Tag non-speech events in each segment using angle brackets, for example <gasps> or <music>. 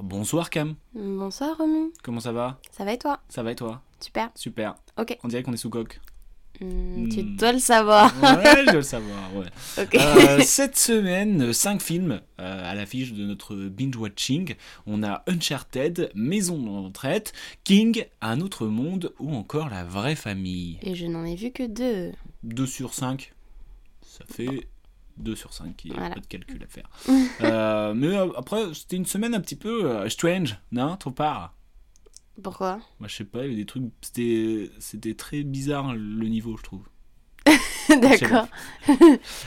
Bonsoir Cam. Bonsoir Romu, Comment ça va ça va et toi Ça va et toi Super. Super. Ok. On dirait qu'on est sous coque. Hmm, Tu Hmm. dois le savoir. Ouais, je veux le savoir, ouais. <laughs> Ok. Euh, cette semaine, 5 films euh, à l'affiche de notre binge-watching. On a Uncharted, Maison de retraite, King, Un autre monde ou encore La vraie famille. Et je n'en ai vu que deux. 2 sur 5, ça fait 2 sur 5, il n'y a Voilà. pas de calcul à <laughs> faire. Euh, mais euh, après, c'était une semaine un petit peu euh, strange, non Trop part Pourquoi <laughs> Moi, je sais pas, il y avait des trucs. C'était c'était très bizarre le niveau, je trouve. D'accord.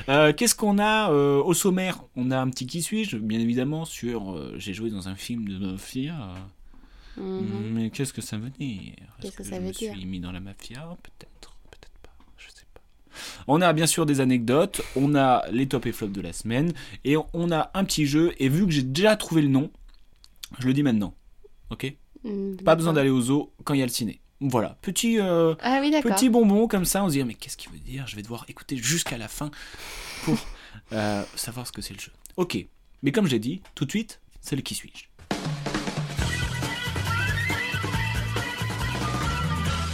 Euh, Qu'est-ce qu'on a euh, au sommaire On a un petit qui suis-je, bien évidemment, sur euh, j'ai joué dans un film de mafia. euh, Mhm. Mm, Mais qu'est-ce que ça veut dire Est-ce Qu'est-ce que ça je veut me dire suis mis dans la mafia Peut-être, peut-être pas, je sais pas. On a bien sûr des anecdotes, on a les top et flops de la semaine, et on a un petit jeu, et vu que j'ai déjà trouvé le nom, je le dis maintenant. Ok Hmm, Pas d'accord. besoin d'aller au zoo quand il y a le ciné. Voilà, petit, euh, Ah oui, d'accord. petit bonbon comme ça, on se dit mais qu'est-ce qu'il veut dire Je vais devoir écouter jusqu'à la fin pour euh, savoir ce que c'est le jeu. Ok, mais comme j'ai dit, tout de suite, c'est le qui suis-je.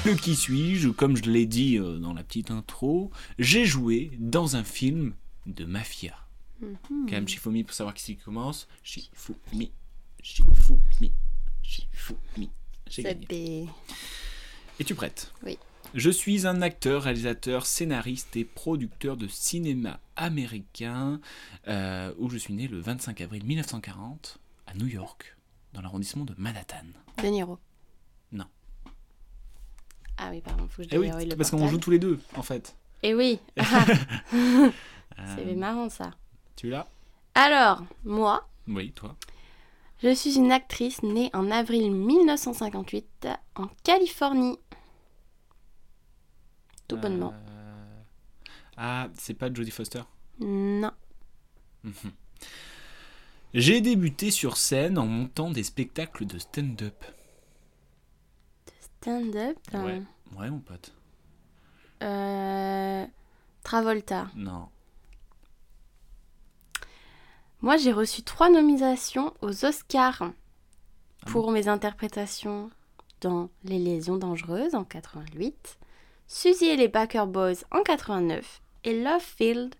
Le qui suis-je, ou comme je l'ai dit euh, dans la petite intro, j'ai joué dans un film de mafia. Quand même Shifumi pour savoir qui c'est qui commence. Shifumi, Shifumi, Shifumi. J'ai Ça gagné. fait- Es-tu prête Oui. Je suis un acteur, réalisateur, scénariste et producteur de cinéma américain euh, où je suis né le 25 avril 1940 à New York, dans l'arrondissement de Manhattan. De Niro. Non. Ah oui, pardon, faut que je Eh oui, déverrouille le parce qu'on joue tous les deux en fait. Et oui. <laughs> Ah, Euh, C'est marrant ça. Tu l'as Alors, moi, Oui, toi. je suis une actrice née en avril 1958 en Californie. Tout bonnement. Euh, Ah, c'est pas Jodie Foster Mhm. Non. J'ai débuté sur scène en montant des spectacles de stand-up. Stand-up. Ouais. Ouais, mon pote. Euh, Travolta. Non. Moi, j'ai reçu trois nominations aux Oscars pour mes interprétations dans Les Lésions Dangereuses en 88, Suzy et les Backer Boys en 89 et Lovefield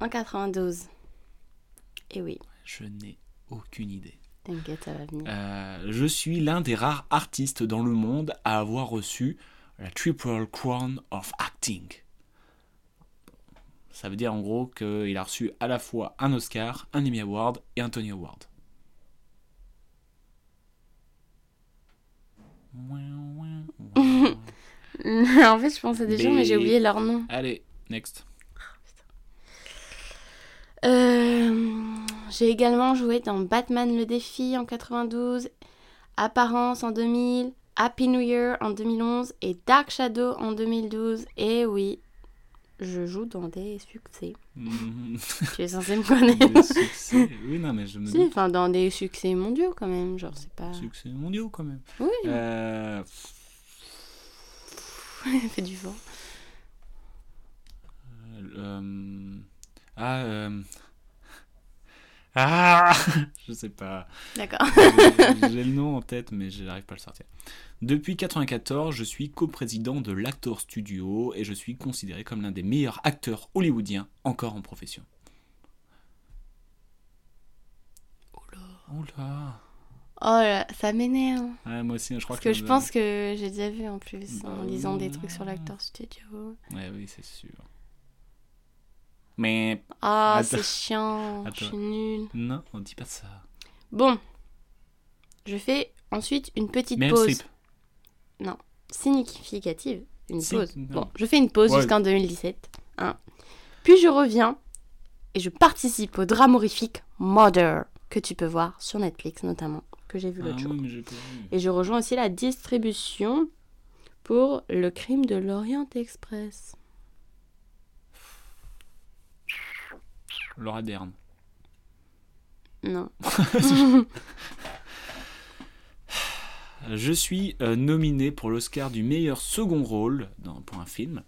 en 92. Et oui, Je n'ai aucune idée. t'inquiète, ça va venir. Euh, je suis l'un des rares artistes dans le monde à avoir reçu la Triple Crown of Acting. Ça veut dire en gros qu'il a reçu à la fois un Oscar, un Emmy Award et un Tony Award. <laughs> en fait, je pensais déjà, mais j'ai Mais- oublié leur nom. Allez, next. <laughs> Euh, j'ai également joué dans Batman le défi en 92, Apparence en 2000, Happy New Year en 2011 et Dark Shadow en 2012. Et oui, je joue dans des <laughs> succès. Mhm. tu es censé me Le connaître. succès. Oui, non, mais je <laughs> me Si, doute. enfin dans des succès mondiaux quand même, genre c'est pas... Succès mondial quand même. Oui, <laughs> Euh, fait du vent. euh, ah, euh, <laughs> ah, <laughs> je sais pas. D'accord. J'ai le nom en tête, mais je n'arrive pas à le sortir. Depuis 94, je suis coprésident de l'Actor Studio et je suis considéré comme l'un des meilleurs acteurs hollywoodiens encore en profession. Oula. Oh là, ça m'énerve. Ouais, moi aussi, je crois Parce que je je pense que j'ai déjà vu en plus en Bah, lisant des non. trucs sur l'acteur studio. Ouais, oui, c'est sûr. Mais Ah, Attends. c'est chiant, je Attends. suis nulle. non, on dit pas ça. Bon, je fais ensuite une petite Meryl pause Streep. significative. Une Si, pause. non. Bon, je fais une pause Ouais. jusqu'en 2017. hein. Puis je reviens et je participe au drame horrifique Murder que tu peux voir sur Netflix notamment, que j'ai vu Ah l'autre jour. oui, mais j'ai pas vu. Et je rejoins aussi la distribution pour Le crime de l'Orient Express. Laura Dern. Non. Je suis euh, nominé pour l'Oscar du meilleur second rôle dans- pour un film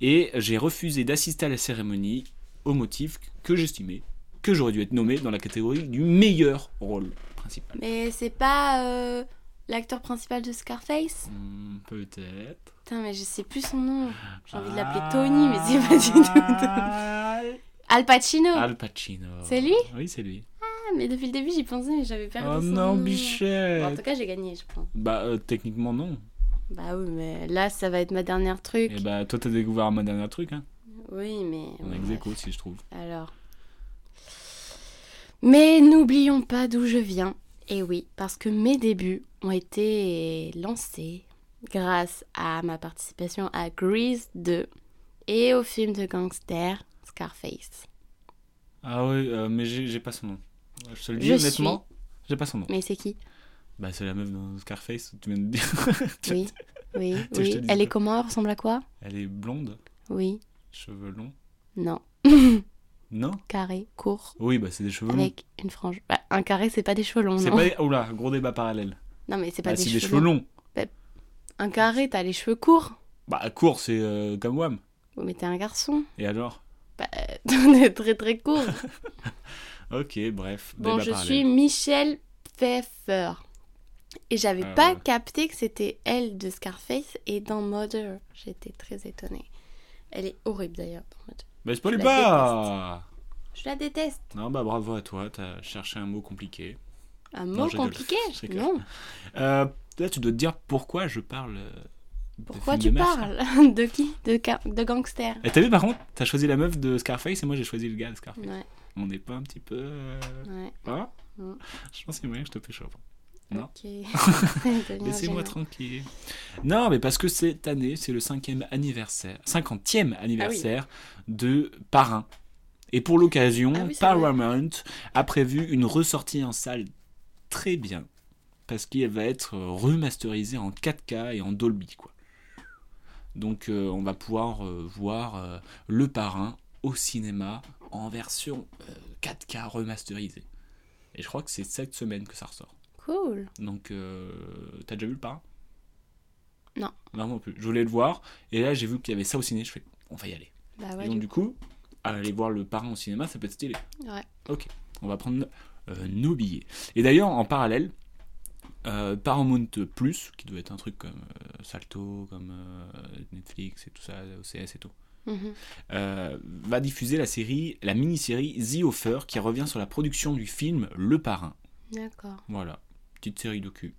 et j'ai refusé d'assister à la cérémonie au motif que j'estimais que j'aurais dû être nommé dans la catégorie du meilleur rôle principal. Mais c'est pas euh, l'acteur principal de Scarface Hmm, Peut-être. Putain, mais je sais plus son nom. J'ai envie de l'appeler Tony, mais c'est pas du tout. Ah. Al Pacino Al Pacino. C'est lui Oui, c'est lui. Ah, Mais depuis le début, j'y pensais, mais j'avais perdu Oh son non, nom. Bon, en Bichette tout cas, j'ai gagné, je pense. Bah, euh, techniquement, non. Bah oui, mais là, ça va être ma dernière truc. Et bah, toi, t'as découvert ma dernière truc, hein. Oui, mais. On a Ouais. ex aequo, si je trouve. Alors. Mais n'oublions pas d'où je viens. Et oui, parce que mes débuts ont été lancés grâce à ma participation à Grease 2 et au film de gangster Scarface. Ah oui, euh, mais j'ai j'ai pas son nom. Je te le dis Je honnêtement, j'ai pas son nom. Mais c'est qui Bah, c'est la meuf dans Scarface, tu viens de dire. <laughs> Tu- Oui, oui, te oui. dis Elle est pas. comment Elle ressemble à quoi Elle est blonde, Oui, cheveux longs. non. Non Carré, court, Oui, bah, c'est des cheveux longs. avec une frange. Bah, un carré, c'est pas des cheveux longs, C'est non pas. des- Oula, gros débat parallèle. Non, mais c'est pas Bah, des, c'est cheveux des cheveux longs. Un carré, t'as les cheveux courts. Bah, court, c'est euh, comme Wam. Oui, mais t'es un garçon. <laughs> Et alors Bah, t'es très très <laughs> court. Ok, bref. Bon, débat je parallèle. suis Michelle Pfeiffer. Et j'avais Ah pas ouais. capté que c'était elle de Scarface et dans Mother. J'étais très étonnée. Elle est horrible d'ailleurs dans Mother. Bah, spoil je la pas Je la déteste. Non, bah, bravo à toi, t'as cherché un mot compliqué. Un Non, mot je rigole. compliqué Je rigole. Non. Euh, là, tu dois te dire pourquoi je parle. euh, de Pourquoi films tu de mafia. parles <laughs> De qui de, ga- de gangster. Et t'as vu par contre, t'as choisi la meuf de Scarface et moi j'ai choisi le gars de Scarface. Ouais, On n'est pas un petit peu. euh, ouais. Hein Mm. Je pense qu'il y a moyen que je te pêche avant. Non. <laughs> Ok. <laughs> Ça devient Laissez-moi gênant. tranquille. Non, mais parce que cette année, c'est le cinquième anniversaire, Ah cinquantième anniversaire de Parrain. Et pour l'occasion, Ah oui, c'est vrai. Paramount a prévu une ressortie en salle très bien. Parce qu'elle va être euh, remasterisée en 4K et en Dolby. Quoi. Donc euh, on va pouvoir euh, voir euh, le parrain au cinéma en version euh, 4K remasterisée. Et je crois que c'est cette semaine que ça ressort. Cool. Donc, euh, t'as déjà vu le parrain Non. Non, non plus. Je voulais le voir. Et là, j'ai vu qu'il y avait ça au ciné. Je fais, on va y aller. Bah et ouais, donc, du du coup, aller voir le parrain au cinéma, ça peut être stylé. coup. Ouais. On va prendre euh, nos billets. Et d'ailleurs, en parallèle, euh, Paramount Plus, qui doit être un truc comme euh, Salto, comme euh, Netflix et tout ça, OCS et tout, Mhm. euh, va diffuser la série, la mini-série The Offer, qui revient sur la production du film Le Parrain. D'accord. Voilà. Petite série docu.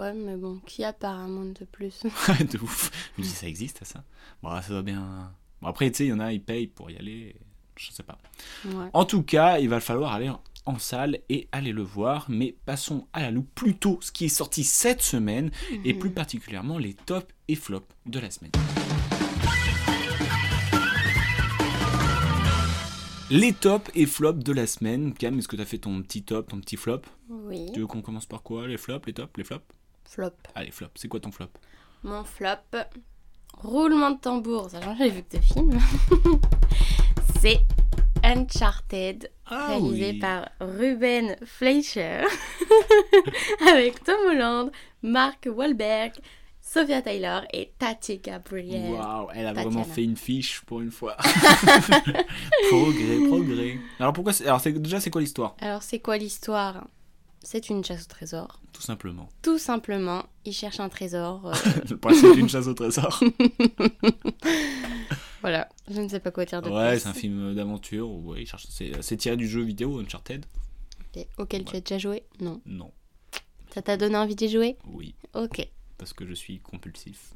Ouais, mais bon, qui a Paramount de <laughs> plus <laughs> de ouf. Je me dis, ça existe, ça Bon, ça doit bien. hein. Bon, après, tu sais, il y en a, ils payent pour y aller. Je sais pas. Ouais. En tout cas, il va falloir aller en- en salle et aller le voir. Mais passons à la loupe plutôt ce qui est sorti cette semaine et plus particulièrement les tops et flops de la semaine. Les tops et flops de la semaine. Cam, est-ce que tu as fait ton petit top, ton petit flop Oui. Tu veux qu'on commence par quoi Les flops, les tops, les flops Flop. Allez, flop. C'est quoi ton flop Mon flop, roulement de tambour, sachant que j'ai vu que deux films, <laughs> c'est Uncharted, Ah réalisé par Ruben Fleischer, <laughs> avec Tom Holland, Mark Wahlberg, Sophia Taylor et Tati Gabriel. Waouh, elle a Tatiana. vraiment fait une fiche pour <laughs> une fois. progrès, progrès. Alors pourquoi c'est- Alors c'est déjà c'est quoi l'histoire Alors c'est quoi l'histoire C'est une chasse au trésor. Tout simplement. Tout simplement, il cherche un trésor. euh, <laughs> Le principe d'une chasse <laughs> au trésor. voilà, je ne sais pas quoi dire de ouais, plus. c'est un film d'aventure où ouais, il cherche. C'est c'est tiré du jeu vidéo Uncharted. Ok, Auquel tu as déjà joué Non. Non, Ça t'a donné envie d'y jouer oui, Ok. parce que je suis compulsif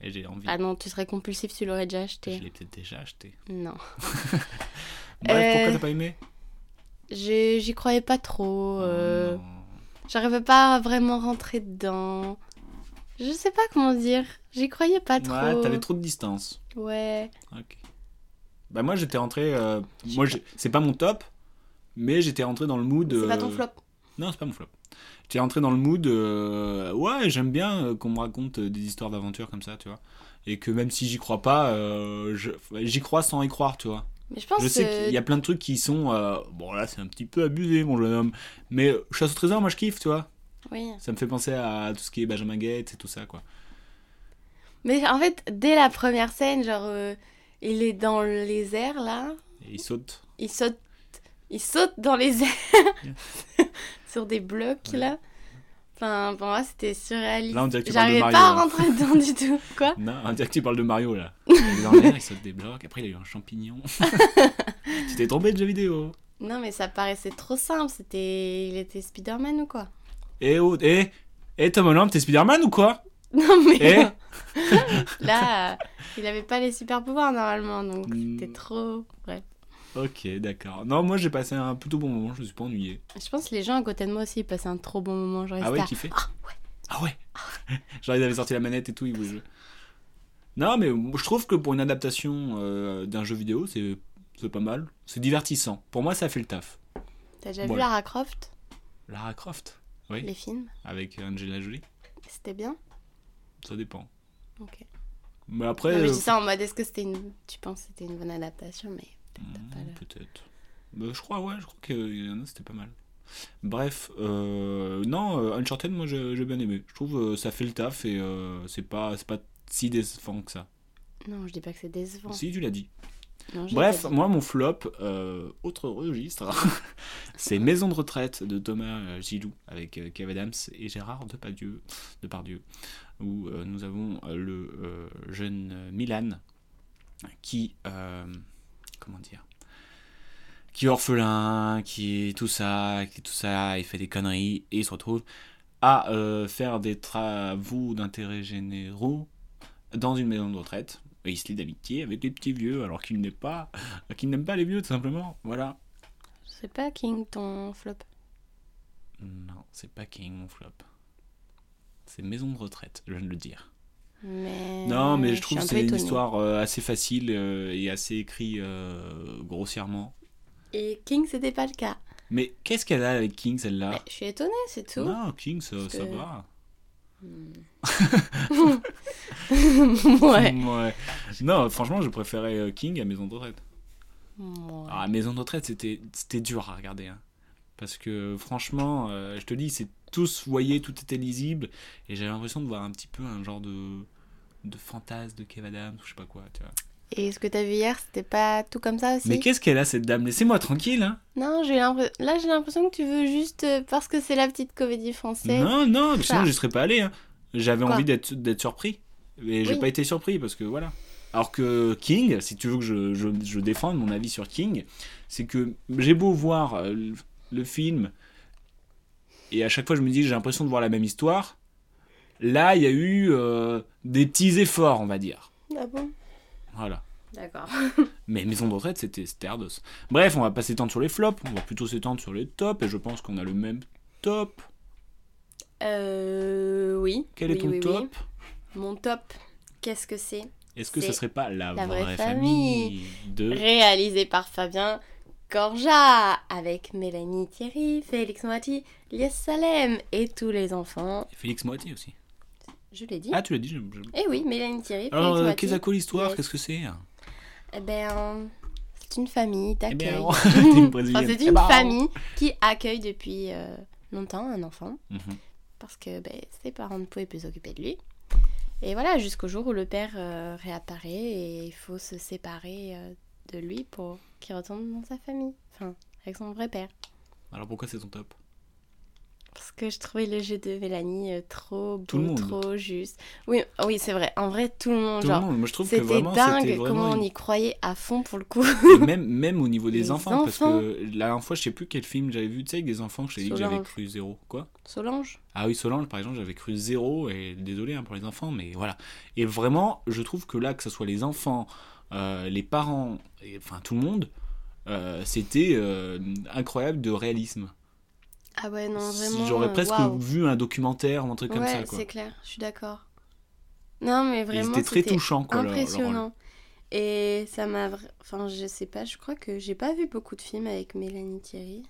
et j'ai envie. Ah non, tu serais compulsif si tu l'aurais déjà je acheté. l'ai peut-être déjà acheté. Non. Bref, Euh, pourquoi t'as pas aimé Je- J'y croyais pas trop. euh, Non. J'arrivais pas à vraiment rentrer dedans. Je sais pas comment dire. J'y croyais pas trop. Ouais, t'avais trop de distance. Ouais. Ok. Bah moi j'étais rentré. euh, Je sais moi pas. j'ai- c'est pas mon top, mais j'étais rentré dans le mood. C'est pas ton euh, flop. Non, c'est pas mon flop. J'étais rentré dans le mood. euh, ouais, j'aime bien euh, qu'on me raconte euh, des histoires d'aventure comme ça, tu vois. Et que même si j'y crois pas, euh, je- j'y crois sans y croire, tu vois. Mais je pense Je sais que qu'il y a plein de trucs qui sont. euh, bon, là, c'est un petit peu abusé, mon jeune homme. Mais euh, chasse au trésor, moi, je kiffe, tu vois. oui. Ça me fait penser à tout ce qui est Benjamin Gates et tout ça, quoi. Mais en fait, dès la première scène, genre euh, il est dans les airs là, Et il saute. il saute il saute dans les airs <laughs> sur des blocs Ouais. là. Enfin, pour moi, c'était surréaliste. Là, on dirait que tu parles de J'arrivais Mario. hein. pas à rentrer <laughs> dedans du tout. Quoi Non, on dirait que tu parles de <laughs> Mario, là. Il est dans l'air, il saute des blocs. Après, il a eu un champignon. tu t'es trompé de jeu vidéo. Non, mais ça paraissait trop simple. C'était il était Spider-Man ou quoi <laughs> Eh oh, eh, eh Tom Holland, t'es Spider-Man ou quoi Non mais Eh là, euh, il avait pas les super pouvoirs normalement, donc Hmm. c'était trop. Bref. Ok, d'accord. Non, moi j'ai passé un plutôt bon moment, je me suis pas ennuyé. Je pense que les gens à côté de moi aussi ils passaient un trop bon moment. Genre, ils Ah ouais, étaient à- kiffé Ah ouais <laughs> Genre ils avaient sorti la manette et tout, ils voulaient jouer. Non, mais moi, je trouve que pour une adaptation euh, d'un jeu vidéo, c'est c'est pas mal. C'est divertissant. Pour moi, ça fait le taf. T'as déjà vu Voilà. Lara Croft Lara Croft Oui, Les films avec Angela Jolie, C'était bien ça dépend. Ok. Mais après, Non, mais je dis euh, Ah ça en mode est-ce que c'était une. Tu penses que c'était une bonne adaptation, mais peut-être t'as pas le- hmm, Peut-être. Bah, je crois, ouais, je crois qu'il y en a, c'était pas mal. Bref, euh, non, euh, Uncharted, moi j'ai j'ai bien aimé. Je trouve euh, ça fait le taf et euh, c'est pas, c'est pas si décevant que ça. Non, je dis pas que c'est décevant. Si, tu l'as dit. Non, je Bref, l'ai pas moi mon flop, euh, autre registre, <laughs> c'est Maison de retraite de Thomas euh, Gilou avec euh, Kev Adams et Gérard Depardieu, Depardieu où euh, nous avons euh, le euh, jeune euh, Milan qui, euh, comment dire, qui est orphelin, qui est tout ça, qui est tout ça, il fait des conneries et il se retrouve à euh, faire des travaux d'intérêt généraux dans une maison de retraite. Et il se lie d'amitié avec des petits vieux, alors qu'il n'est pas, qu'il n'aime pas les vieux, tout simplement. Voilà. dit. C'est pas King ton flop. Non, c'est pas King, mon flop. C'est maison de retraite, je viens de le dire. Mais. non, mais je Euh, suis trouve que un peu c'est une étonnée. histoire euh, assez facile euh, et assez écrite euh, grossièrement. Et King, c'était pas le cas. Mais qu'est-ce qu'elle a avec King, Mais celle-là je suis étonnée, c'est tout. Ah. Non, King, ça, Parce ça que- va. <laughs> ouais. <laughs> Ouais. Non, franchement, je préférais euh, King à maison de retraite. Ouais. Ah, Maison de retraite, c'était c'était dur à regarder. hein. Parce que franchement, euh, je te dis, c'est tous voyés, tout était lisible. Et j'avais l'impression de voir un petit peu un genre de, de fantasme de Kev Adams, ou je sais pas quoi. Tu vois. Et ce que t'as vu hier, c'était pas tout comme ça aussi Mais qu'est-ce qu'elle a cette dame Laissez-moi tranquille. Hein. Non, j'ai l'impre- là j'ai l'impression que tu veux juste euh, parce que c'est la petite comédie française. Non, non, ça. sinon je serais pas allé. hein. J'avais Bah. Quoi envie d'être d'être surpris. Mais j'ai Oui. pas été surpris parce que voilà. Alors que King, si tu veux que je, je, je défende mon avis sur King, c'est que j'ai beau voir euh, le, le film et à chaque fois je me dis j'ai l'impression de voir la même histoire. Là, il y a eu euh, des petits efforts, on va dire. Ah bon Voilà. D'accord. <laughs> Mais Maison de retraite, c'était c'était Ardos. Bref, on va pas s'étendre sur les flops, on va plutôt s'étendre sur les tops et je pense qu'on a le même top. Euh. Oui. Quel Oui, est ton oui, oui. top Mon top, qu'est-ce que c'est Est-ce que ça C'est serait pas la, La Vraie vraie, famille, de Réalisé par Fabien Corja avec Mélanie Thierry, Félix Moiti, Lies Salem et tous les enfants. Et Félix Moitié aussi Je l'ai dit. Ah, tu l'as dit. je- je- Eh oui, Mélanie Thierry, Félix Alors, euh, Moiti. qu'est-ce que l'histoire Yes. Qu'est-ce que c'est Eh ben, c'est une famille Eh d'accueil. bien, <laughs> <laughs> t'es une Enfin, brésilienne. c'est Eh une ben, famille qui accueille depuis euh, longtemps un enfant Mhm. parce que ben, ses parents ne pouvaient plus s'occuper de lui. Et voilà, jusqu'au jour où le père euh, réapparaît et il faut se séparer euh, de lui pour qu'il retourne dans sa famille, enfin, avec son vrai père. Alors, pourquoi c'est ton top Parce que je trouvais le jeu de Mélanie euh, trop beau, Tout le monde. trop juste. Oui, ah oui c'est vrai. En vrai, tout le monde, Tout le genre, monde, moi je trouve que c'était vraiment, dingue c'était comment vraiment. on y croyait à fond pour le coup. <laughs> une- Même, même au niveau des Les enfants, parce enfants. que la dernière fois, je sais plus quel film j'avais vu, tu sais, avec des enfants, je t'ai dit que j'avais Solange. cru zéro. Quoi Solange Ah oui, Solange, par exemple, j'avais cru zéro, et désolé hein, pour les enfants, mais voilà. Et vraiment, je trouve que là, que ce soit les enfants, euh, les parents, et- enfin tout le monde, euh, c'était euh, incroyable de réalisme. Ah ouais, non, Si vraiment. euh, J'aurais presque waouh. vu un documentaire ou un truc comme ça, Ouais, quoi. c'est clair, je suis d'accord. Non, mais Et vraiment, C'était très c'était touchant, quoi. leur- leur rôle. impressionnant. Et ça m'a... vra- Enfin, je sais pas, je crois que j'ai pas vu beaucoup de films avec Mélanie Thierry.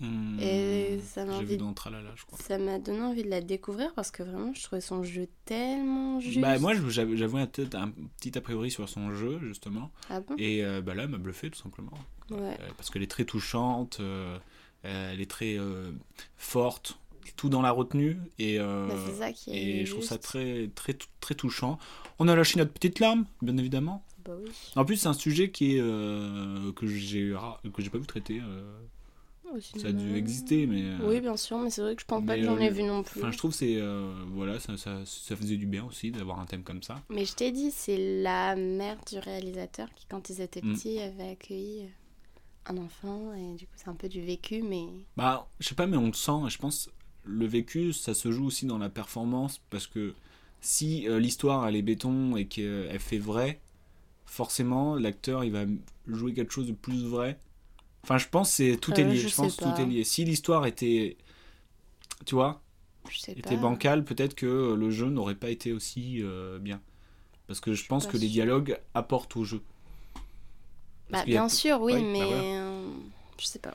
Hmm. Et ça m'a J'ai envie- vu dans Tralala, je crois. Ça m'a donné envie de la découvrir parce que vraiment, je trouvais son jeu tellement juste. Bah, moi, je- j'avais j'avais un, tête- un petit a priori sur son jeu, justement. Ah bon Et euh, bah, là, elle m'a bluffé, tout simplement. Ouais. Euh, parce qu'elle est très touchante, euh, euh, elle est très euh, forte, tout dans la retenue. Et, euh, Bah, c'est ça qui est. et je trouve ça juste. très, très, très touchant. On a lâché notre petite larme, bien évidemment. Bah oui. En plus, c'est un sujet qui est, euh, que j'ai ra- que j'ai pas vu traiter. euh, Au ça a dû cinéma. exister, mais. euh, Oui, bien sûr, mais c'est vrai que je pense pas mais, que j'en euh, ai vu non plus. Enfin, je trouve c'est euh, voilà, ça, ça, ça faisait du bien aussi d'avoir un thème comme ça. Mais je t'ai dit, c'est la mère du réalisateur qui, quand ils étaient Mm. petits, avait accueilli euh, un enfant. Et du coup, c'est un peu du vécu, mais. Bah, je sais pas, mais on le sent. et Je pense le vécu, ça se joue aussi dans la performance parce que si euh, l'histoire elle est béton et qu'elle fait vrai, forcément l'acteur il va jouer quelque chose de plus vrai. Enfin, je pense que c'est tout est Euh, lié. je Je, pense sais que tout pas. est lié. Si l'histoire était, tu vois, Je sais pas. était bancale, peut-être que le jeu n'aurait pas été aussi euh, bien. Parce que je pense pas que les sûre. dialogues apportent au jeu. Bah, qu'il y a- bien sûr, oui, Oui, bah mais. voilà. euh, je sais pas.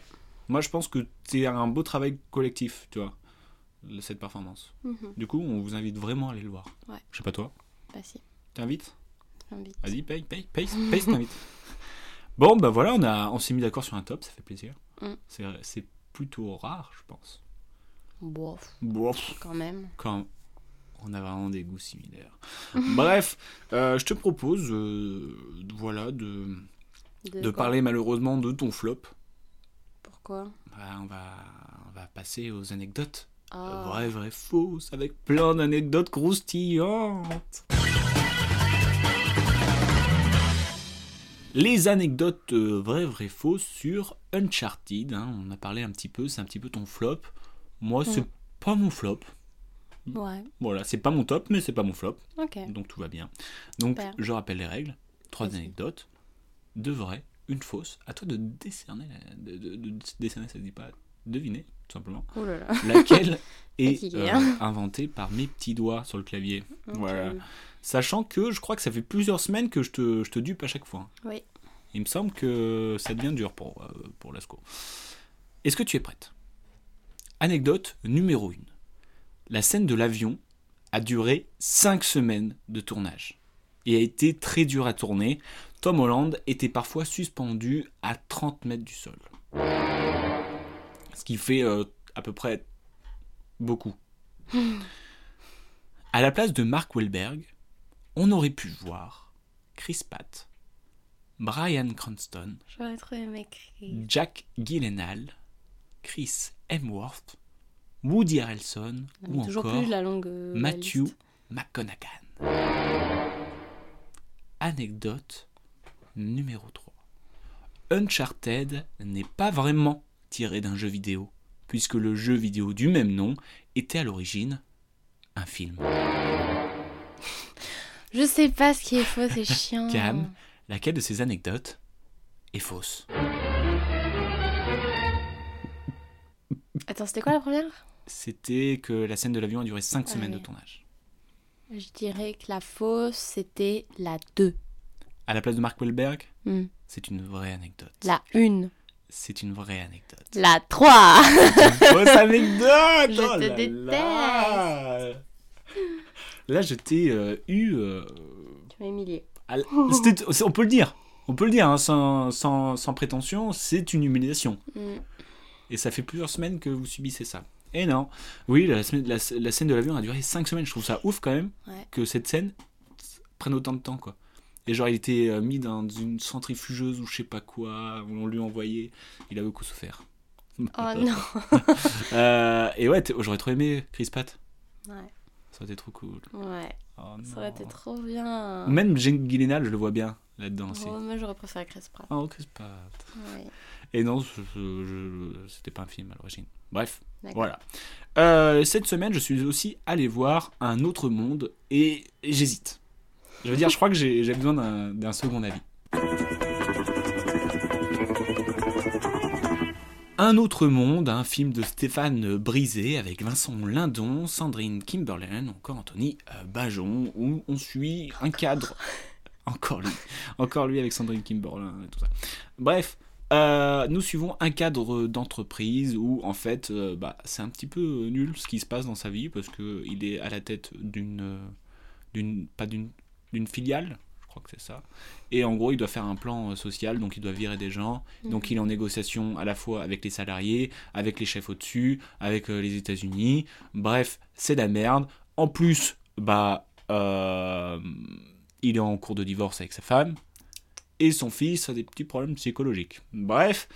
Moi, je pense que c'est un beau travail collectif, tu vois, cette performance. Mhm. Du coup, on vous invite vraiment à aller le voir. Ouais. Je sais pas toi. Bah, si. T'invites un bit. Vas-y, paye, paye, <laughs> paye, paye, si t'invites. Bon, bah voilà, on, a, on s'est mis d'accord sur un top, ça fait plaisir. Mm. C'est, c'est plutôt rare, je pense. Bof, Bon, pff, quand même. quand on a vraiment des <laughs> goûts similaires. Bref, euh, je te propose, euh, voilà, de, de quoi parler malheureusement de ton flop. Pourquoi Bah, on, va, on va passer aux anecdotes. Ah. Vrai, vrai, fausse, avec plein d'anecdotes croustillantes. Les anecdotes euh, vraies, vraies, fausses sur Uncharted. hein. on a parlé un petit peu, c'est un petit peu ton flop. Moi, c'est pas mon flop. Ouais, Voilà, c'est pas mon top, mais c'est pas mon flop. ok. Donc tout va bien. Donc Super. je rappelle les règles. Trois Vas-y. anecdotes. Deux vraies, une fausse. À toi de décerner, la- de, de- de- décerner, ça se dit pas, deviner, tout simplement. Oh là là. Laquelle est Fatigué, euh, inventée par mes petits doigts sur le clavier. Ok. Voilà. Sachant que je crois que ça fait plusieurs semaines que je te, je te dupe à chaque fois. Oui. Il me semble que ça devient dur pour, euh, pour Lasco. Est-ce que tu es prête Anecdote numéro 1. La scène de l'avion a duré 5 semaines de tournage et a été très dure à tourner. Tom Holland était parfois suspendu à 30 mètres du sol. Ce qui fait euh, à peu près beaucoup. à la place de Mark Wahlberg, on aurait pu voir Chris Pratt, Brian Cranston, J'aurais trop aimé crier. Jack Gyllenhaal, Chris Hemsworth, Woody Harrelson On ou est toujours encore plus la longue. euh, la Matthew liste. McConaughey. Anecdote numéro 3. Uncharted n'est pas vraiment tiré d'un jeu vidéo, puisque le jeu vidéo du même nom était à l'origine un film. Je sais pas ce qui est faux, <laughs> c'est chiant. Cam, laquelle de ces anecdotes est fausse Attends, c'était quoi la première C'était que la scène de l'avion a duré 5 Ah semaines de oui. tournage. Je dirais que la fausse, c'était la 2. À la place de Mark Wahlberg, Hmm. c'est une vraie anecdote. La 1. C'est une <laughs> vraie anecdote. La 3. Fausse anecdote Je oh te là déteste. là. Là, je t'ai euh, eu. euh, tu m'as humilié. à l- Oh. c'était- c'est- on peut le dire. On peut le dire, hein, sans, sans- sans prétention, c'est une humiliation. Hmm. Et ça fait plusieurs semaines que vous subissez ça. Et non. Oui, la, semaine- la- la scène de l'avion a duré 5 semaines. Je trouve ça ouf quand même Ouais. que cette scène prenne autant de temps, quoi. Et genre, il était euh, mis dans une centrifugeuse ou je sais pas quoi, on lui envoyait. Il a beaucoup souffert. <laughs> Oh non. Euh, et ouais, t- j'aurais trop aimé Chris Pat. Ouais. Ça aurait été trop cool. Ouais, Oh, ça non. aurait été trop bien. Ou Même Jane Gyllenhaal, je le vois bien là-dedans aussi. Oh, moi j'aurais préféré Chris Pratt. Oh, Chris Pat. Ouais. Et non, ce- ce- je- c'était pas un film à l'origine. Bref, D'accord. voilà. Euh, cette semaine, je suis aussi allé voir Un autre monde et j'hésite. Je veux dire, je crois que j'ai j'ai besoin d'un d'un second avis. Un autre monde, un film de Stéphane Brisé avec Vincent Lindon, Sandrine Kimberlin, encore Anthony euh, Bajon, où on suit un cadre. Encore lui. Encore lui avec Sandrine Kimberlin et tout ça. Bref, Euh, nous suivons un cadre d'entreprise où en fait euh, bah, c'est un petit peu euh, nul ce qui se passe dans sa vie parce que il est à la tête d'une euh, d'une pas d'une d'une filiale je crois que c'est ça et en gros il doit faire un plan euh, social donc il doit virer des gens <laughs> donc il est en négociation à la fois avec les salariés avec les chefs au-dessus avec euh, les États-Unis bref c'est la merde en plus bah euh, il est en cours de divorce avec sa femme et son fils a des petits problèmes psychologiques. Bref,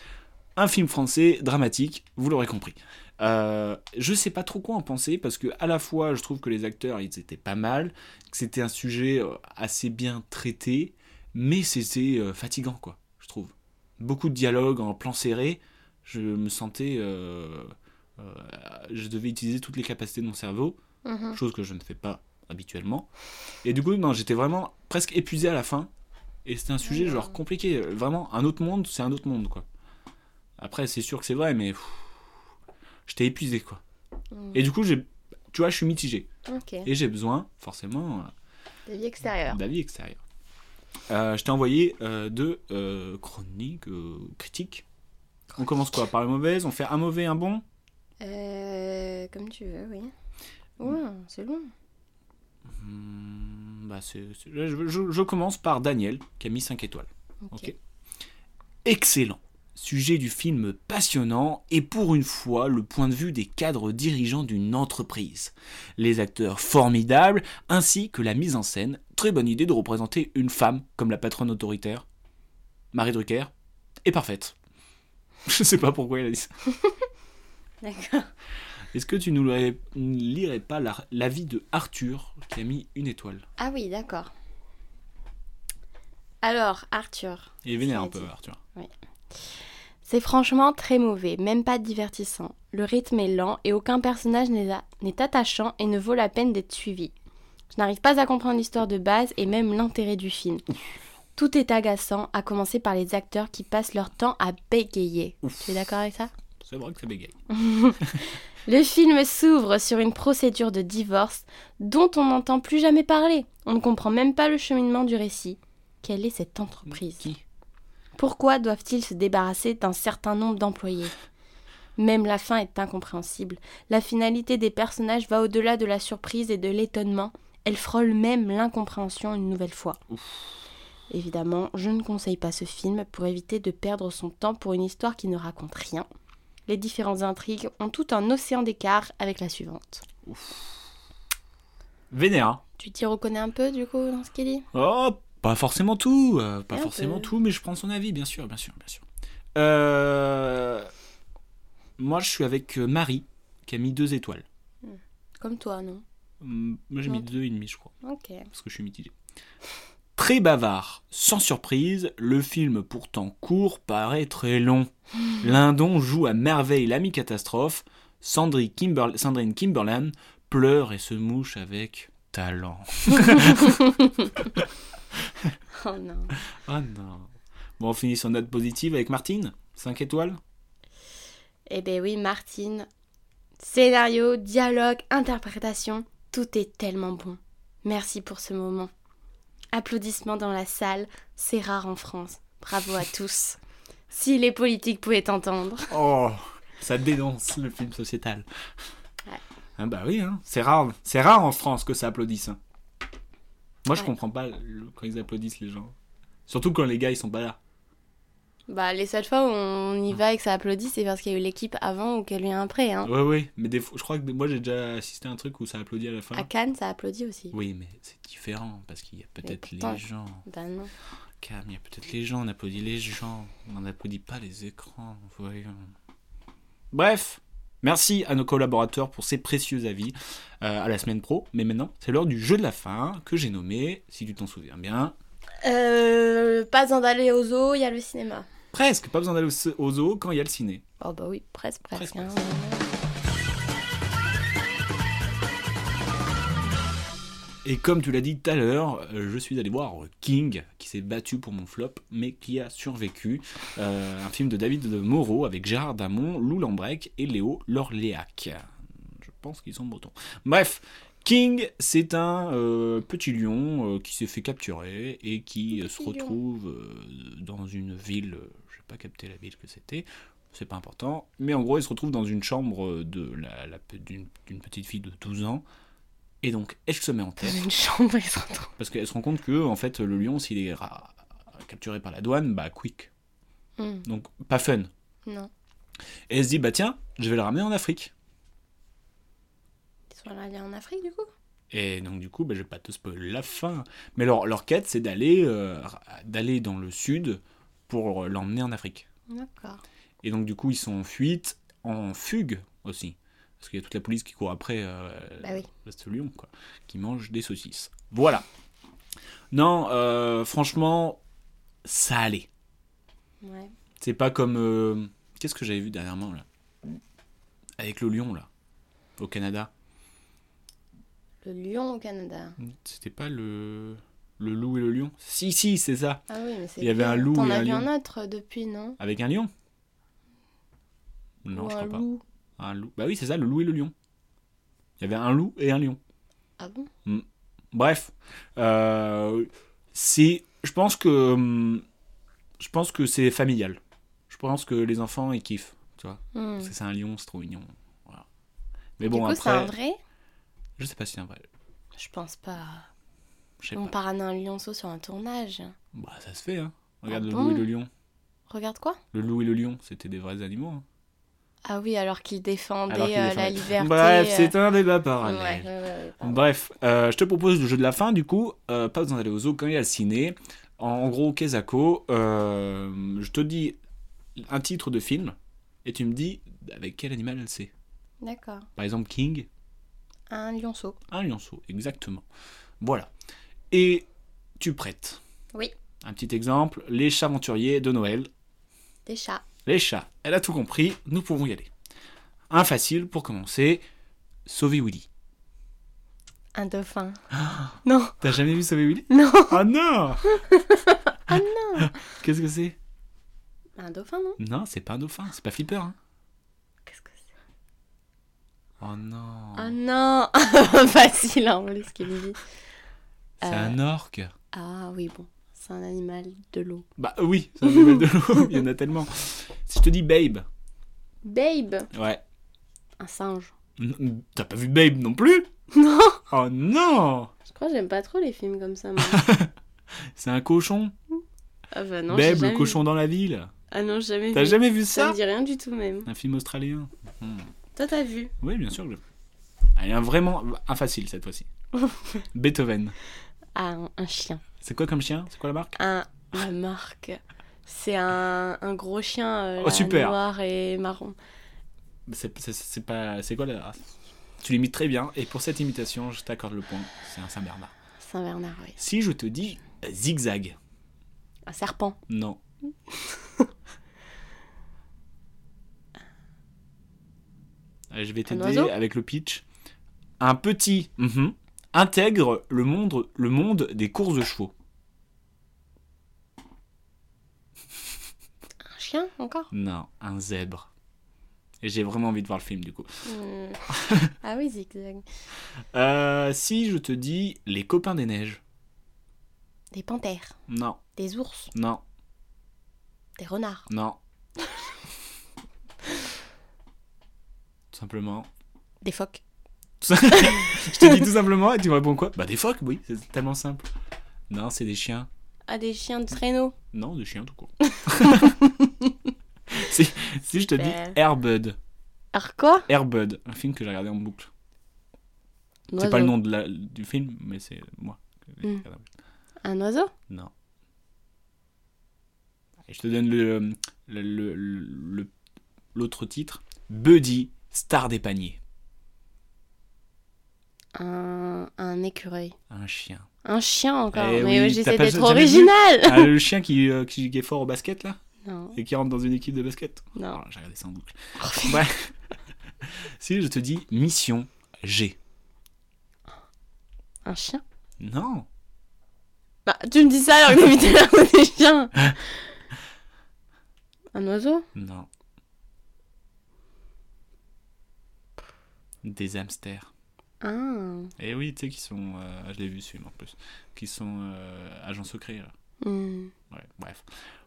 un film français dramatique, vous l'aurez compris. Euh, je sais pas trop quoi en penser parce que à la fois je trouve que les acteurs ils étaient pas mal, que c'était un sujet euh, assez bien traité, mais c'était euh, fatigant quoi, je trouve. Beaucoup de dialogues en plan serré, je me sentais, euh, euh, je devais utiliser toutes les capacités de mon cerveau Mhm. chose que je ne fais pas habituellement. Et du coup, non, j'étais vraiment presque épuisé à la fin. Et c'était un sujet genre compliqué, vraiment un autre monde, c'est un autre monde quoi. Après, c'est sûr que c'est vrai, mais pff, j'étais épuisé quoi. Mm. Et du coup, j'ai, tu vois, je suis mitigé Ok. et j'ai besoin forcément La vie extérieure. d'avis extérieur. je t'ai envoyé euh, deux euh, chroniques euh, critiques. On commence quoi Par les mauvaises On fait un mauvais, un bon Euh, comme tu veux, oui. Ouais, Mm. c'est long. Hmm, bah, c'est- c'est- je, je- je commence par Daniel qui a mis 5 étoiles. Ok. Ok. Excellent. Sujet du film passionnant et pour une fois le point de vue des cadres dirigeants d'une entreprise. Les acteurs formidables ainsi que la mise en scène. Très bonne idée de représenter une femme comme la patronne autoritaire. Marie Drucker est parfaite. <laughs> Je sais pas pourquoi il a dit ça. D'accord. Est-ce que tu nous lirais- lirais pas la- l'avis de Arthur qui a mis une étoile Ah oui, d'accord. Alors, Arthur, Il est vénère Ça un a peu dit. Arthur. c'est franchement très mauvais, même pas divertissant. Le rythme est lent et aucun personnage n'est a- n'est attachant et ne vaut la peine d'être suivi. Je n'arrive pas à comprendre l'histoire de base et même l'intérêt du film. Tout est agaçant, à commencer par les acteurs qui passent leur temps à bégayer. Tu es d'accord avec ça C'est vrai que ça bégaye. Le film s'ouvre sur une procédure de divorce dont on n'entend plus jamais parler. On ne comprend même pas le cheminement du récit. Quelle est cette entreprise Qui Pourquoi doivent-ils se débarrasser d'un certain nombre d'employés Même la fin est incompréhensible. La finalité des personnages va au-delà de la surprise et de l'étonnement. Elle frôle même l'incompréhension une nouvelle fois. Évidemment, je ne conseille pas ce film pour éviter de perdre son temps pour une histoire qui ne raconte rien. Les différentes intrigues ont tout un océan d'écart avec la suivante. Vénère. hein. Tu t'y reconnais un peu du coup dans ce qu'il dit Oh, pas forcément tout. euh, pas Un forcément peu. tout, mais je prends son avis, bien sûr, bien sûr, bien sûr. Euh, Moi, je suis avec euh, Marie, qui a mis deux étoiles. Comme toi, non Hum, Moi, j'ai Non. mis deux et demi, je crois, Ok. parce que je suis mitigé. Très bavard, sans surprise, le film pourtant court paraît très long. Hmm. Lindon joue à merveille l'ami catastrophe, Sandrine, Kimber- Sandrine Kimberland pleure et se mouche avec talent. <laughs> Oh non. Ah non. Bon, on finit sur note positive avec Martine. 5 étoiles. Eh ben oui, Martine. Scénario, dialogue, interprétation, tout est tellement bon. Merci pour ce moment. Applaudissements dans la salle, c'est rare en France. Bravo à <laughs> tous. Si les politiques pouvaient t'entendre. Oh, ça dénonce le film sociétal. Ouais. Ah bah oui, hein. c'est rare. C'est rare en France que ça applaudisse. hein. Moi, je Ouais. comprends pas le- quand ils applaudissent les gens. Surtout quand les gars, ils sont pas là. Bah, les seules fois où on y va et que ça applaudit, c'est parce qu'il y a eu l'équipe avant ou qu'elle vient après. Hein. Ouais, ouais. Mais des fois, je crois que moi, j'ai déjà assisté à un truc où ça applaudit à la fin. À Cannes, ça applaudit aussi. Oui, mais c'est différent parce qu'il y a peut-être pourtant- les gens. Bah non. Cam, il y a peut-être les gens, on applaudit les gens, on n'applaudit pas les écrans, voyons. Bref, merci à nos collaborateurs pour ces précieux avis euh, à la semaine pro, mais maintenant c'est l'heure du jeu de la fin que j'ai nommé, si tu t'en souviens bien, Euh, pas besoin d'aller au zoo, il y a le cinéma. presque, pas besoin d'aller au, au zoo quand il y a le ciné. Oh bah oui, presque, presque. Presque, hein. Et comme tu l'as dit tout à l'heure, euh, je suis allé voir King, qui s'est battu pour mon flop, mais qui a survécu. Euh, un film de David de Moreau avec Gérard Damon, Lou Lambrec et Léo Lorléac. Je pense qu'ils sont bretons. Bref, King, c'est un euh, petit lion euh, qui s'est fait capturer et qui euh, se Petit lion. retrouve euh, dans une ville, euh, je n'ai pas capté la ville que c'était, c'est pas important, mais en gros il se retrouve dans une chambre euh, de la- la pe- d'une d'une petite fille de 12 ans, et donc elle se met en Dans tête, une chambre, ils se retrouvent. parce qu'elle se rend compte que en fait le lion s'il est ra- capturé par la douane, bah quick, Hmm, donc pas fun. non, Et elle se dit, bah tiens, je vais le ramener en Afrique. ils sont allés en Afrique du coup. Et donc du coup, bah, je vais pas te spoiler la fin. Mais leur, leur quête, c'est d'aller euh, d'aller dans le sud pour l'emmener en Afrique. D'accord. Et donc du coup, ils sont en fuite, en fugue aussi. Parce qu'il y a toute la police qui court après euh, Bah oui. ce lion, quoi, qui mange des saucisses. Voilà. Non, euh, franchement, ça allait. Ouais. C'est pas comme... euh, Qu'est-ce que j'avais vu dernièrement, là Avec le lion, là, au Canada. Le lion au Canada. C'était pas le... Le loup et le lion Si, si, c'est ça. Ah oui, mais c'est. Il y avait bien. un loup T'en et as un vu lion. un autre depuis, non Avec un lion Non, Ou je un crois loup. pas. Un loup. Bah oui, c'est ça, le loup et le lion. Il y avait un loup et un lion. Ah bon Bref, euh, c'est, je pense que, hum, je pense que c'est familial. Je pense que les enfants ils kiffent, tu vois. Hmm. Parce que c'est un lion, c'est trop mignon. Voilà. Mais Du bon coup, c'est un après, vrai je sais pas si c'est un vrai. Je pense pas. Je sais On pas. part à un lionceau sur un tournage. Bah ça se fait, hein. Regarde Ah le bon loup et le lion. Regarde quoi Le loup et le lion, c'était des vrais animaux. hein. Ah oui, alors qu'il défendait, Alors qu'il euh, la défendait. liberté. Bref, euh, c'est un débat ouais, parallèle. ouais, ouais, ouais, pardon. Bref, euh, je te propose le jeu de la fin, du coup, euh, pas besoin d'aller aux zoo quand il y a le ciné. En, en gros, Kezako, euh, je te dis un titre de film et tu me dis avec quel animal elle sait. D'accord. Par exemple, King, Un lionceau. un lionceau, exactement. Voilà. Et tu prêtes. Oui. Un petit exemple, les chats aventuriers de Noël, Des chats. les chats. Elle a tout compris, nous pouvons y aller. Un facile pour commencer, Sauver Willy. Un <gasps> dauphin. non, T'as jamais vu Sauver Willy non. <laughs> Ah non Ah non Qu'est-ce que c'est Un dauphin, non Non, c'est pas un dauphin, c'est pas Flipper. Hein. Qu'est-ce que c'est Oh non Ah non <laughs> Facile, en plus, ce qu'il dit. C'est Euh, un orque Ah oui, bon. C'est un animal de l'eau. Bah oui, <laughs> c'est un animal de l'eau, <laughs> il y en a tellement. Si je te dis Babe, Babe ouais. Un singe. N- T'as pas vu Babe non plus Non Oh non Je crois que j'aime pas trop les films comme <laughs> ça, moi. C'est un cochon Ah bah non, j'ai Babe, jamais le vu. cochon dans la ville Ah non, j'ai jamais T'as vu. jamais vu Ça ça me dit rien du tout, même. Un film australien Toi, t'as vu Oui, bien sûr que je... Ah, Allez, un vraiment un facile cette fois-ci. Beethoven. Ah, un, un chien. C'est quoi comme chien C'est quoi la marque Un... La marque. C'est un, un gros chien euh, Oh, là, super. noir et marron. C'est c'est- c'est pas... C'est quoi la race Tu l'imites très bien, et pour cette imitation, je t'accorde le point. C'est un Saint-Bernard. Saint-Bernard, oui. Si je te dis euh, zigzag, Un serpent. non. Allez, je vais t'aider oiseau avec le pitch. Un petit mhm, intègre le monde, le monde des courses de chevaux. Un chien, encore Non, un zèbre. Et j'ai vraiment envie de voir le film du coup. <laughs> Hmm. Ah oui, zigzag. Euh, si je te dis les copains des neiges. Des panthères. Non, Des ours. non, Des renards. non. <laughs> Tout Simplement. <laughs> Des phoques. je te dis tout simplement et tu me réponds quoi Bah des phoques, oui, c'est tellement simple. Non, c'est des chiens. Ah, des chiens de traîneau. Non, des chiens tout <laughs> court. si, si je te dis Super. Airbud. Alors quoi Airbud, un film que j'ai regardé en boucle. Un C'est pas le oiseau. nom de la- du film, mais c'est moi. qui l'ai Mm. regardé en boucle. Un oiseau Non. Et je te donne le le- le- le- l'autre titre. Buddy, star des paniers. un, un écureuil. Un chien. Un chien encore. Eh mais oui, j'essaie t'as pas- d'être t'as jamais vu original. Ah, le chien qui, euh, qui qui est fort au basket là Non, et qui rentre dans une équipe de basket. non. Voilà, j'ai regardé ça en boucle. <laughs> Ouais. si je te dis mission G. Un chien Non. Bah, tu me dis ça alors que t'as vu tout à l'heure des chiens. <laughs> Un oiseau Non. Des hamsters. Ah. Et oui, tu sais qu'ils sont. euh, ah, je l'ai vu ce film en plus. Qui sont euh, agents secrets. Là. Hmm. Ouais, bref.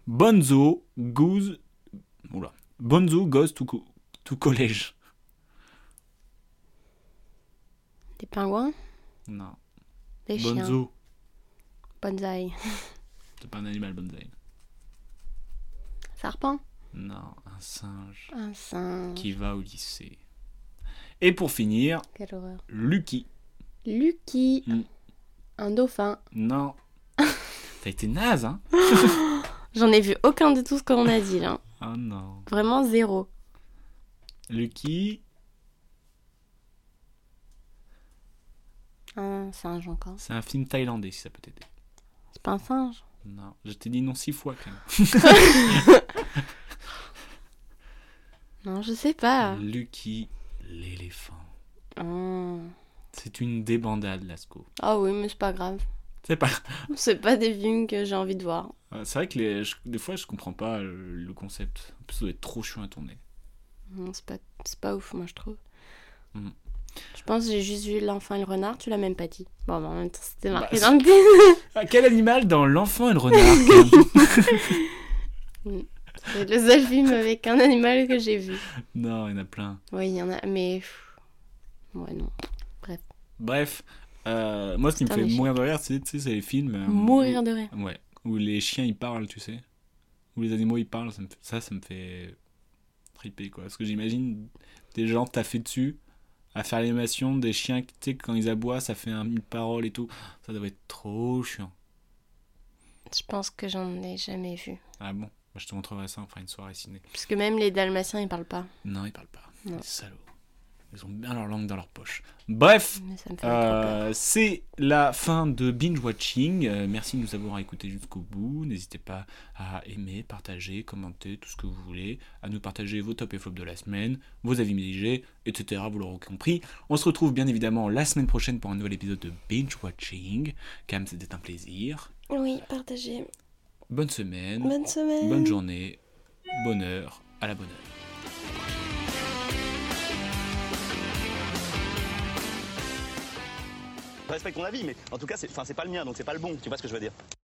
Bonzo goes. Oula. Bonzo goes to, co- to college. Des pingouins Non. Des chiens Bonzo. Bonsaï. C'est pas un animal, bonsaï. Serpent Non, un singe Un singe. qui va au lycée. Et pour finir, Quelle horreur. Lucky. Lucky Hmm. Un dauphin. Non. T'as été naze, hein J'en ai vu aucun de tout ce qu'on a dit là. Oh non. Vraiment zéro. Lucky, Un Ah, singe encore. c'est un film thaïlandais, si ça peut t'aider. C'est pas un singe. Non, je t'ai dit non six fois quand même. Non, je sais pas. Lucky, l'éléphant. Ah. C'est une débandade, Lasco. Ah oui, mais c'est pas grave. C'est pas. <laughs> C'est pas des films que j'ai envie de voir. Ouais, Euh, C'est vrai que les- je- des fois, je comprends pas euh, le concept. En plus, ça doit être trop chiant à tourner. Non, C'est pas, c'est pas ouf, moi, je trouve. Hmm. Je pense que j'ai juste vu L'Enfant et le Renard, tu l'as même pas dit. Bon, bah, en même temps, c'était Bah, marqué c'est- dans le titre. Ah, quel animal dans L'enfant et le renard Cam <laughs> C'est le seul film avec un animal que j'ai vu. Non, il y en a plein. Oui, il y en a, mais. pff, Ouais, non. Bref, euh, moi, ce qui me Putain, fait les chiens. mourir de rire, c'est tu sais, c'est les films. euh, Mourir de rire. où- Ouais, où les chiens ils parlent, tu sais. Où les animaux ils parlent, ça, me fait- ça, ça me fait triper, quoi. Parce que j'imagine des gens taffés dessus à faire l'animation des chiens, tu sais, quand ils aboient, ça fait un, une parole et tout. Ça doit être trop chiant. Je pense que j'en ai jamais vu. Ah bon Bah, Je te montrerai ça, on fera une soirée ciné. Parce que même les Dalmatiens, ils parlent pas. Non, ils parlent pas. Non. Les salauds. Ils ont bien leur langue dans leur poche. Bref, Mais ça me fait trop peur. euh, c'est la fin de Binge Watching. Euh, merci de nous avoir écoutés jusqu'au bout. N'hésitez pas à aimer, partager, commenter, tout ce que vous voulez. À nous partager vos top et flops de la semaine, vos avis mitigés, etc. Vous l'aurez compris. On se retrouve bien évidemment la semaine prochaine pour un nouvel épisode de Binge Watching. Cam, c'était un plaisir. Oui, partagez. Bonne semaine, Bonne semaine. bonne journée, bonne heure, à la bonne heure. Je respecte ton avis, mais en tout cas, c'est enfin, c'est pas le mien, donc c'est pas le bon. Tu vois ce que je veux dire